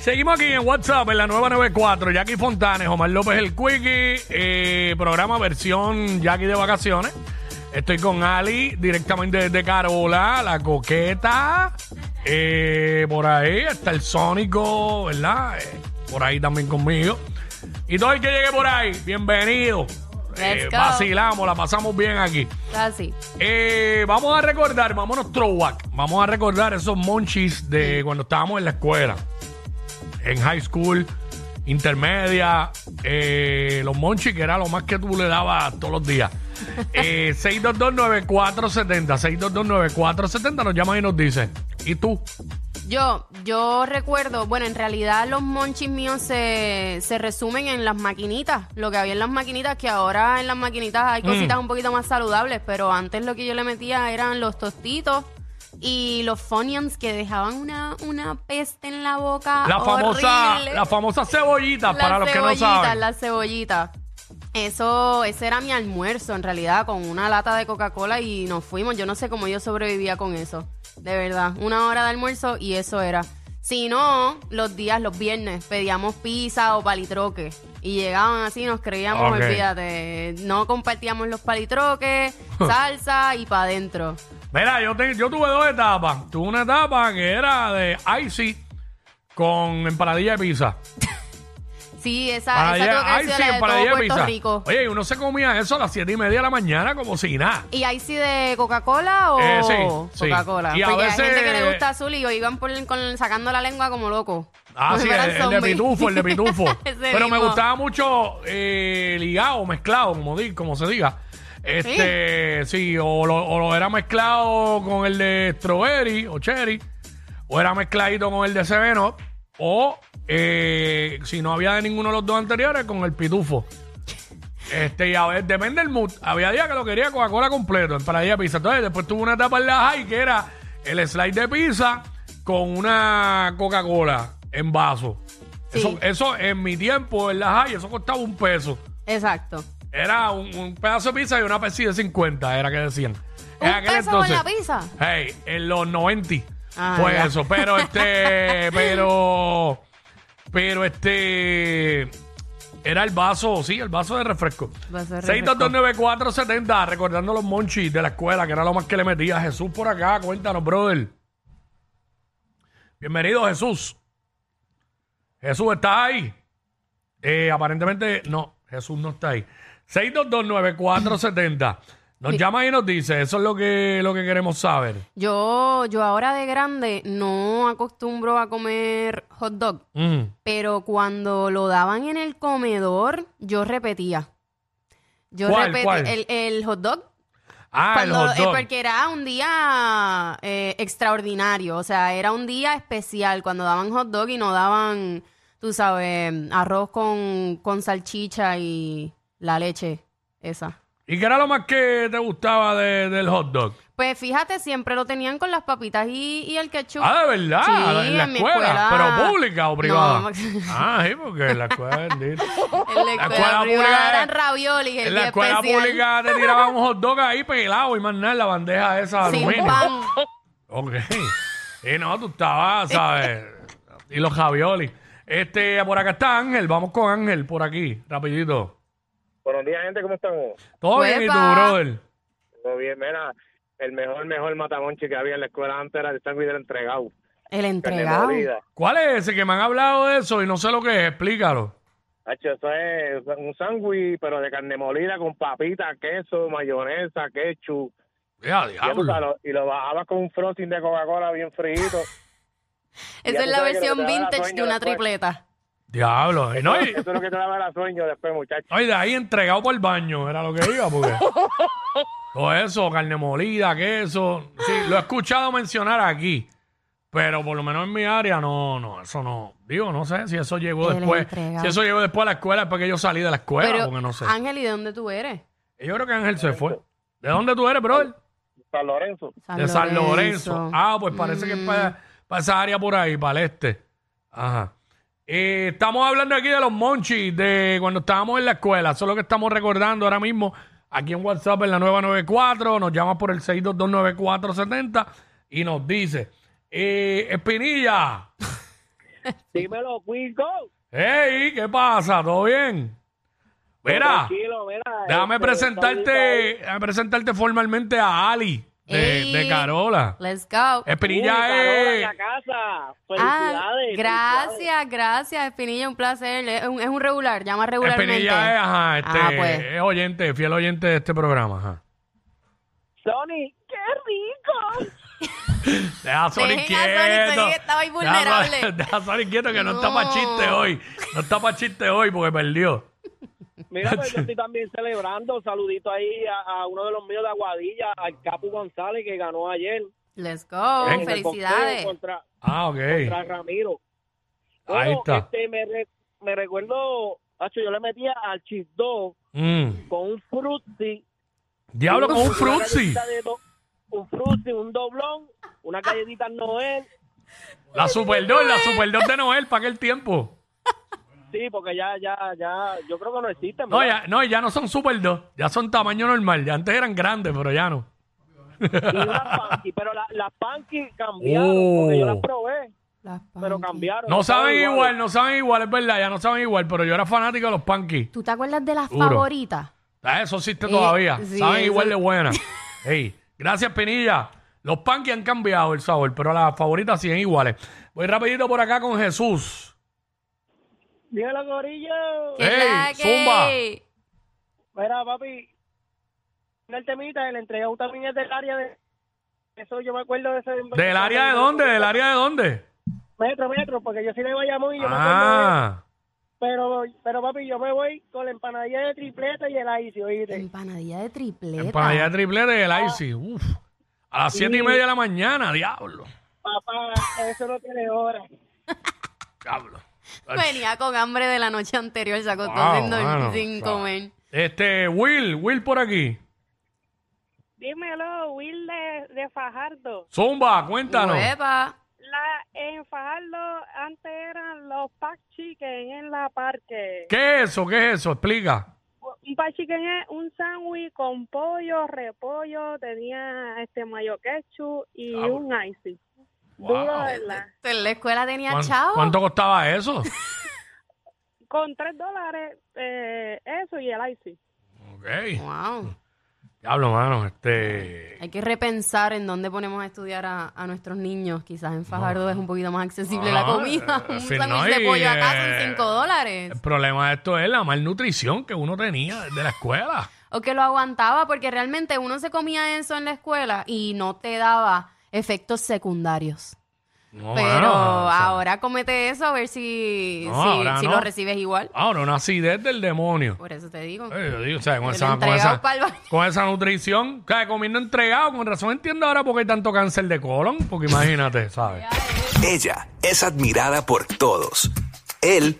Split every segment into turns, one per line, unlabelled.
Seguimos aquí en WhatsApp en la nueva 94. Jackie Fontanes, Omar López el Quickie, eh, programa versión Jackie de vacaciones. Estoy con Ali directamente desde Carola, la coqueta. eh, por ahí está el Sónico, ¿verdad? Eh, por ahí también conmigo. Y todo el que llegue por ahí, bienvenido. Eh,
Let's go.
vacilamos, la pasamos bien aquí.
Casi.
Eh, vamos a recordar, vámonos throwback. Vamos a recordar esos monchis de cuando estábamos en la escuela. En high school, intermedia, eh, los monchis que era lo más que tú le dabas todos los días. Eh, 6229470, 6229470 nos llaman y nos dicen. ¿Y tú?
Yo, yo recuerdo, bueno, en realidad los monchis míos se, se resumen en las maquinitas, lo que había en las maquinitas, que ahora en las maquinitas hay
Mm.
cositas un poquito más saludables, pero antes lo que yo le metía eran los tostitos y los funions que dejaban una, una peste en la boca.
La famosa,
Ah, horrible.
la famosa cebollita,
Las
para los que no
cebollitas,
saben.
Las cebollitas. Eso, ese era mi almuerzo en realidad, con una lata de Coca-Cola y nos fuimos. Yo no sé cómo yo sobrevivía con eso. De verdad, una hora de almuerzo y eso era. Si no, los días, los viernes, pedíamos pizza o palitroque. Y llegaban así, nos creíamos,
Ok.
olvídate. No compartíamos los palitroques, salsa y pa' adentro.
Mira, yo, te- yo tuve dos etapas. Tuve una etapa que era de icy con empanadilla de pizza.
Sí, esa, esa creo que
Empanadilla,
ha
icy,
sido la de todo
empanadilla de
Puerto
pizza.
Rico.
Oye, y uno se comía eso a las siete y media de la mañana como si nada.
¿Y ahí sí de Coca-Cola o
Eh, sí, sí.
Coca-Cola?
Y a
Porque
veces-
hay gente que le gusta azul y iban por, con, sacando la lengua como loco.
Ah,
Como
sí,
si fueran
el, el de
Pues zombies.
pitufo, el de pitufo.
Ese
Pero me
mismo.
gustaba mucho eh, ligado, mezclado, como, di- como se diga. Este, sí, o, lo, o lo era mezclado con el de strawberry o cherry, o era mezcladito con el de seveno, o eh, si no había de ninguno de los dos anteriores, con el pitufo. Este, y a ver, depende del mood. Había días que lo quería Coca-Cola completo, en paradilla pizza. Entonces, después tuve una etapa en la high que era el slide de pizza con una Coca-Cola en vaso.
Sí.
Eso, eso en mi tiempo en la high, eso costaba un peso.
Exacto.
Era un, un pedazo de pizza y una Pepsi de 50, era que decían. En
¿Un
aquel
peso con la pizza?
Hey, en los 90.
Ah,
fue
ya.
eso. Pero este, pero, pero este, era el vaso, sí, el vaso de refresco.
Vaso de refresco.
6229470, recordando los monchis de la escuela, que era lo más que le metía. Jesús por acá, cuéntanos, brother. Bienvenido, Jesús. Jesús está ahí. Eh, aparentemente, no, Jesús no está ahí. 6229470. Nos llama y nos dice, eso es lo que, lo que queremos saber.
Yo, yo ahora de grande no acostumbro a comer hot dog,
Mm.
pero cuando lo daban en el comedor, yo repetía. Yo
¿Cuál,
repetí
cuál?
El, el hot dog.
Ah, el
Cuando lo-
hot dog.
eh, porque era un día eh, extraordinario, o sea, era un día especial cuando daban hot dog y no daban, tú sabes, arroz con, con salchicha y la leche esa.
¿Y qué era lo más que te gustaba de- del hot dog?
Pues fíjate, siempre lo tenían con las papitas y, y el ketchup.
Ah, de verdad,
Sí,
en la
en mi
escuela,
escuela.
pero pública o privada.
No,
ah, sí, porque en la escuela, bendito.
En la escuela privada eran raviolis, el
en la
día
escuela
especial.
pública te tiraban un hot dog ahí pelado y más nada en la bandeja esa de
sin
aluminio.
pan.
Ok. Y no, tú estabas, ¿sabes? y los javiolis. Este, por acá está Ángel, vamos con Ángel por aquí, rapidito.
Buenos días, gente, ¿cómo estamos?
Todo bien y tú,
Uepa.
brother.
Todo bien, mira, el mejor, mejor matamonchi que había en la escuela antes era el sándwich del entregado.
El
Carne
entregado.
molida.
¿Cuál es ese que me han hablado de eso y no sé lo que es? Explícalo.
Hacho, eso es un sándwich, pero de carne molida con papita, queso, mayonesa, ketchup.
Ya,
Ya tú sabes,
diablo.
lo- Y lo bajabas con un frosting de Coca-Cola bien frito.
Esa
Ya
es
tú
la
sabes que lo
versión
que te da la
vintage de
sueño
una
después.
tripleta.
Diablo. Y no, y,
Eso es lo que te daba el sueño después, muchachos.
no, y de ahí entregado por el baño, era lo que iba, porque. Todo eso, carne molida, queso. Sí, lo he escuchado mencionar aquí. Pero por lo menos en mi área, no, no, eso no. Digo, no sé si eso llegó
Él es
después.
entregado.
Si eso llegó después a la escuela, después que yo salí de la escuela,
Pero,
porque no sé.
Ángel, ¿y de dónde tú eres?
Yo creo que Ángel se fue. ¿De dónde tú eres, brother?
San Lorenzo.
de San Lorenzo. Ah, pues parece que es para, para esa área por ahí, para el este. Ajá. Eh, estamos hablando aquí de los monchis, de cuando estábamos en la escuela. Eso es lo que estamos recordando ahora mismo aquí en WhatsApp en la nueva 94. Nos llama por el 6229470 y nos dice, eh, Espinilla,
Dímelo, Quico.
hey, ¿qué pasa? ¿Todo bien? Mira,
Tranquilo, mira.
déjame
este,
presentarte, déjame presentarte formalmente a Ali de,
Ey.
de Carola.
Let's go.
Espinilla
Uy, Carola,
es...
la casa.
Ah,
Felicidades. felicidades.
gracias, gracias, Espinilla, un placer. Es un, es un regular, llama regularmente.
Espinilla es, ajá, este,
Ah, pues.
es oyente, fiel oyente de este programa. Ajá.
Sony, qué rico.
Deja a Sonic
Dejen a
quieto.
Sonic, Sonic estaba ahí
Deja a Sonic-
vulnerable.
Deja a Sonic quieto que no, está
No.
para chiste hoy. No está para chiste hoy porque perdió.
Mira, pues yo estoy también celebrando. Saludito ahí a, a uno de los míos de Aguadilla, al Capu González, que ganó ayer.
Let's go,
Venga.
En el boxeo
Oh, felicidades.
Contra,
Ah, ok.
contra Ramiro.
Ahí
Bueno,
está.
Este, me, re- me recuerdo, hacho, yo le metía al chisdó
Mm.
con un frutzi.
Diablo con un
Una
frutzi.
galletita de do- Un frutzi, un doblón, una galletita Noel.
La Super 2, la Super 2 de Noel para aquel tiempo.
Sí, porque ya, ya, ya, yo creo que no existen.
No,
¿verdad?
ya no, ya no son Super 2. Ya son tamaño normal. Ya antes eran grandes, pero ya no.
Y unas Panky, pero la- las Panky cambiaron,
Oh.
porque yo las probé,
Las
pero
Panky.
cambiaron.
No
saben
saben igual, no saben igual, es verdad. Ya no saben igual, pero yo era fanático de los punkies.
¿Tú te acuerdas de las
Duro.
favoritas?
Ah, Eso existe
Eh,
todavía.
sí,
Saben
eso-
igual de buena. Ey, gracias, Pinilla. Los panques han cambiado el sabor, pero las favoritas siguen iguales. Voy rapidito por acá con Jesús.
Dígalo, gorillo.
¿Qué?
¡Qué
Ey,
la que-
Mira, papi, en el temita, el entregado también es del área de... Eso yo me acuerdo de ese...
¿Del área de dónde? ¿Del área de dónde?
Metro, metro, porque yo sí le vaya muy... Yo me acuerdo de-
Ah,
pero, pero, papi, yo me voy con la empanadilla de tripleta y el ice, oíste.
Empanadilla de tripleta.
empanadilla de triplete del ICI.
Ah.
Uf. A las siete y media de la mañana, diablo.
Papá, eso no tiene hora.
Diablo.
Venía con hambre de la noche anterior, se acostó
Wow,
sin, dor-
mano,
sin
o sea,
comer.
Este, Will, Will por aquí.
Dímelo, Will de, de Fajardo.
Zumba, cuéntanos.
Hueva.
La, en Fajardo antes eran los pack chicken en la parque.
¿Qué es eso? ¿Qué es eso? Explica.
Un pack chicken es un sándwich con pollo, repollo, tenía este mayo ketchup y
Ah,
un icy.
Wow.
Duro, ¿verdad?
En la escuela tenía
¿Cuán-
chavo.
¿Cuánto costaba eso?
Con tres dólares eh, eso y el icy.
ok.
Wow.
Diablo, mano. Este.
Hay que repensar en dónde ponemos a estudiar a, a nuestros niños. Quizás en Fajardo es un poquito más accesible la
Ah,
comida.
eh,
un
si
sándwich
no,
de
y,
pollo acá
eh,
son 5 dólares.
El problema de esto es la malnutrición que uno tenía desde la escuela.
O que lo aguantaba porque realmente uno se comía eso en la escuela y no te daba efectos secundarios.
No,
Pero
mano, Ah, o sea,
ahora comete eso a ver si,
No,
si-
ahora
si
no.
lo recibes igual.
Ahora, una acidez del demonio.
Por eso te digo.
Eh, yo digo, o sea, con,
Pero
esa, con,
entregado
esa,
pa'l baño.
con esa nutrición, o sea, comiendo entregado, con razón entiendo ahora por qué hay tanto cáncer de colon, porque imagínate, ¿sabes?
Ella es admirada por todos. Él,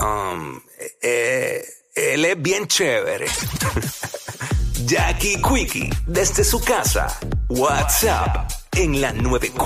um, eh, él es bien chévere. Jackie Quickie, desde su casa. WhatsApp, en la 94.